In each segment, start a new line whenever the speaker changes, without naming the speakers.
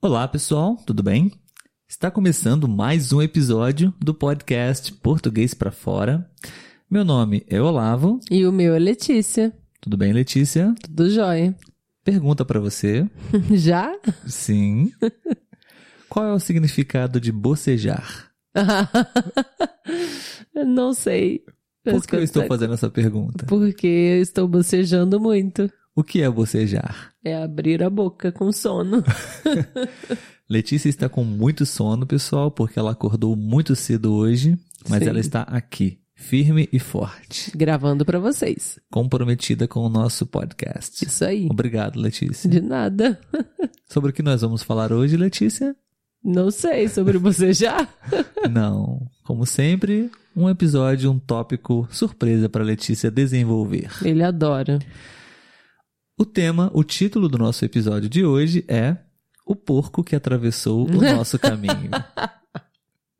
Olá, pessoal, tudo bem? Está começando mais um episódio do podcast Português para Fora. Meu nome é Olavo.
E o meu é Letícia.
Tudo bem, Letícia?
Tudo jóia.
Pergunta para você.
Já?
Sim. Qual é o significado de bocejar?
Não sei.
Por que eu estou
Mas-
fazendo essa pergunta?
Porque eu estou bocejando muito.
O que é bocejar?
É abrir a boca com sono.
Letícia está com muito sono, pessoal, porque ela acordou muito cedo hoje, mas
Sim.
ela está aqui, firme e forte,
Gravando pra vocês.
comprometida com o nosso podcast.
Isso aí.
Obrigado, Letícia.
De nada.
Sobre o que nós vamos falar hoje, Letícia?
Não sei sobre bocejar.
Não. Como sempre, um episódio, um tópico surpresa para Letícia desenvolver.
Ele adora.
O tema, o título do nosso episódio de hoje é O Porco que Atravessou o Nosso Caminho.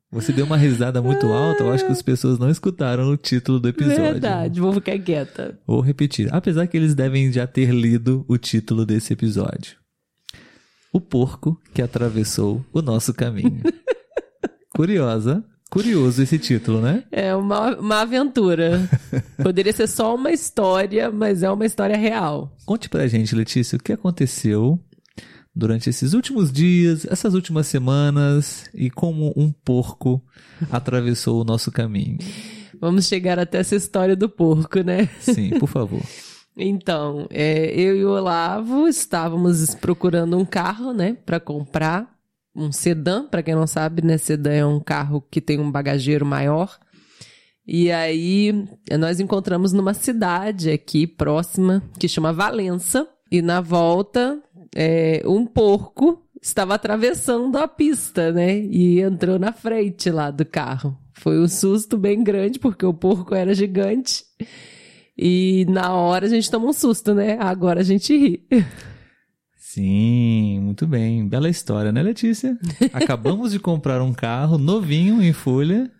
Você deu uma risada muito alta, eu acho que as pessoas não escutaram o título do episódio.
Verdade. Vou ficar quieta.
Vou repetir, apesar que eles devem já ter lido o título desse episódio. O Porco que Atravessou o Nosso Caminho. Curiosa, curioso esse título, né?
É uma, uma aventura. Poderia ser só uma história, mas é uma história real.
Conte pra gente, Letícia, o que aconteceu durante esses últimos dias, essas últimas semanas e como um porco atravessou o nosso caminho.
Vamos chegar até essa história do porco, né?
Sim, por favor.
Então, é, eu e o Olavo estávamos procurando um carro, né, Pra comprar um sedã. Pra quem não sabe, né, sedã é um carro que tem um bagageiro maior. E aí eh, nós encontramos numa cidade aqui próxima que chama Valença e na volta é, um porco estava atravessando a pista, né, e entrou na frente lá do carro. Foi um susto bem grande porque o porco era gigante. E na hora a gente toma um susto, né? Agora a gente ri.
Sim, muito bem. Bela história, né, Letícia? Acabamos de comprar um carro novinho em folha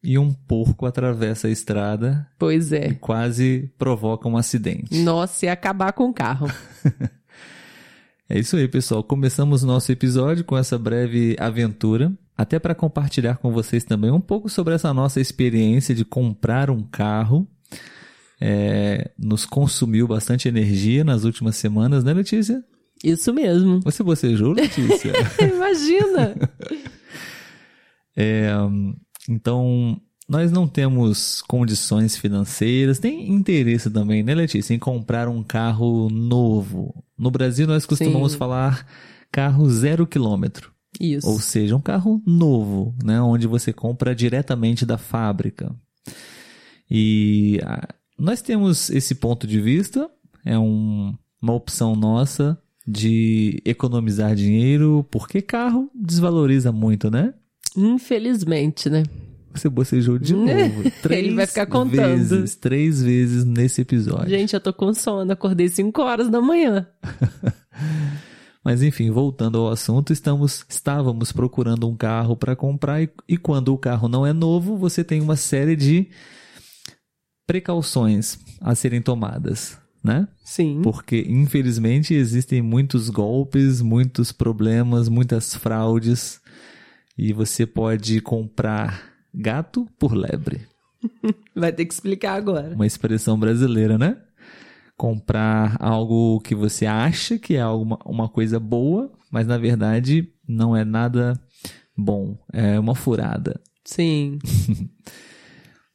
e um porco atravessa a estrada
Pois
e
é.
quase provoca um acidente.
Nossa, ia acabar com o carro.
É isso aí, pessoal. Começamos nosso episódio com essa breve aventura, até para compartilhar com vocês também um pouco sobre essa nossa experiência de comprar um carro. É, nos consumiu bastante energia nas últimas semanas, né, Letícia?
Isso mesmo.
Você bocejou, Letícia?
Imagina!
então, nós não temos condições financeiras, nem interesse também, né, Letícia, em comprar um carro novo. No Brasil, nós costumamos
Sim.
falar carro zero quilômetro.
Isso.
Ou seja, um carro novo, né? Onde você compra diretamente da fábrica. E ah, nós temos esse ponto de vista, é um- uma opção nossa de economizar dinheiro, porque carro desvaloriza muito, né?
Infelizmente, né?
Você bocejou de novo. Três
Ele vai ficar contando.
Vezes, três vezes nesse episódio.
Gente, eu tô com sono. Acordei 5 horas da manhã.
Mas enfim, voltando ao assunto, estamos estávamos procurando um carro para comprar e, e quando o carro não é novo, você tem uma série de precauções a serem tomadas, né?
Sim.
Porque infelizmente existem muitos golpes, muitos problemas, muitas fraudes e você pode comprar gato por lebre,
Vai ter que explicar agora.
uma expressão brasileira, né? comprar algo que você acha que é alguma, uma coisa boa, mas na verdade não é nada bom, é uma furada.
Sim.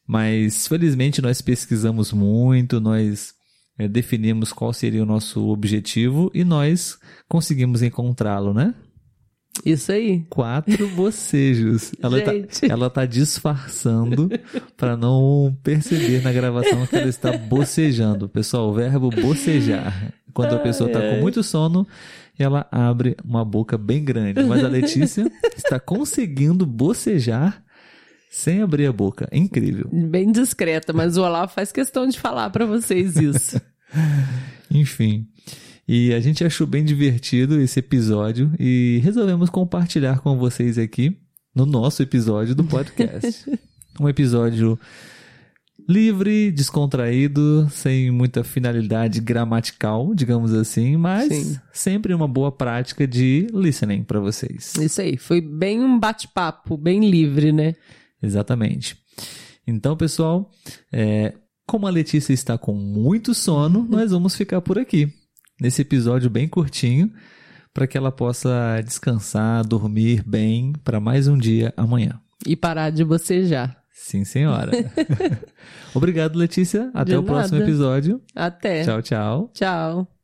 Mas felizmente nós pesquisamos muito, nós eh, definimos qual seria o nosso objetivo e nós conseguimos encontrá-lo, né?
Isso aí.
Quatro bocejos. Ela tá,
Gente.
ela tá disfarçando para não perceber na gravação que ela está bocejando. Pessoal, o verbo bocejar. Quando a pessoa está com muito sono, ela abre uma boca bem grande. Mas a Letícia está conseguindo bocejar sem abrir a boca. É Incrível.
Bem discreta, mas o Olavo faz questão de falar pra vocês isso.
Enfim. E a gente achou bem divertido esse episódio e resolvemos compartilhar com vocês aqui no nosso episódio do podcast. um episódio livre, descontraído, sem muita finalidade gramatical, digamos assim, mas
Sim.
sempre uma boa prática de listening para vocês.
Isso aí, foi bem um bate-papo, bem livre, né?
Exatamente. Então, pessoal, é, como a Letícia está com muito
Uhum.
sono, nós vamos ficar por aqui. Nesse episódio bem curtinho, para que ela possa descansar, dormir bem para mais um dia amanhã.
E parar de bocejar.
Sim, senhora. Obrigado, Letícia. Até
De
o próximo
nada. É.
episódio.
Até.
Tchau, tchau.
Tchau.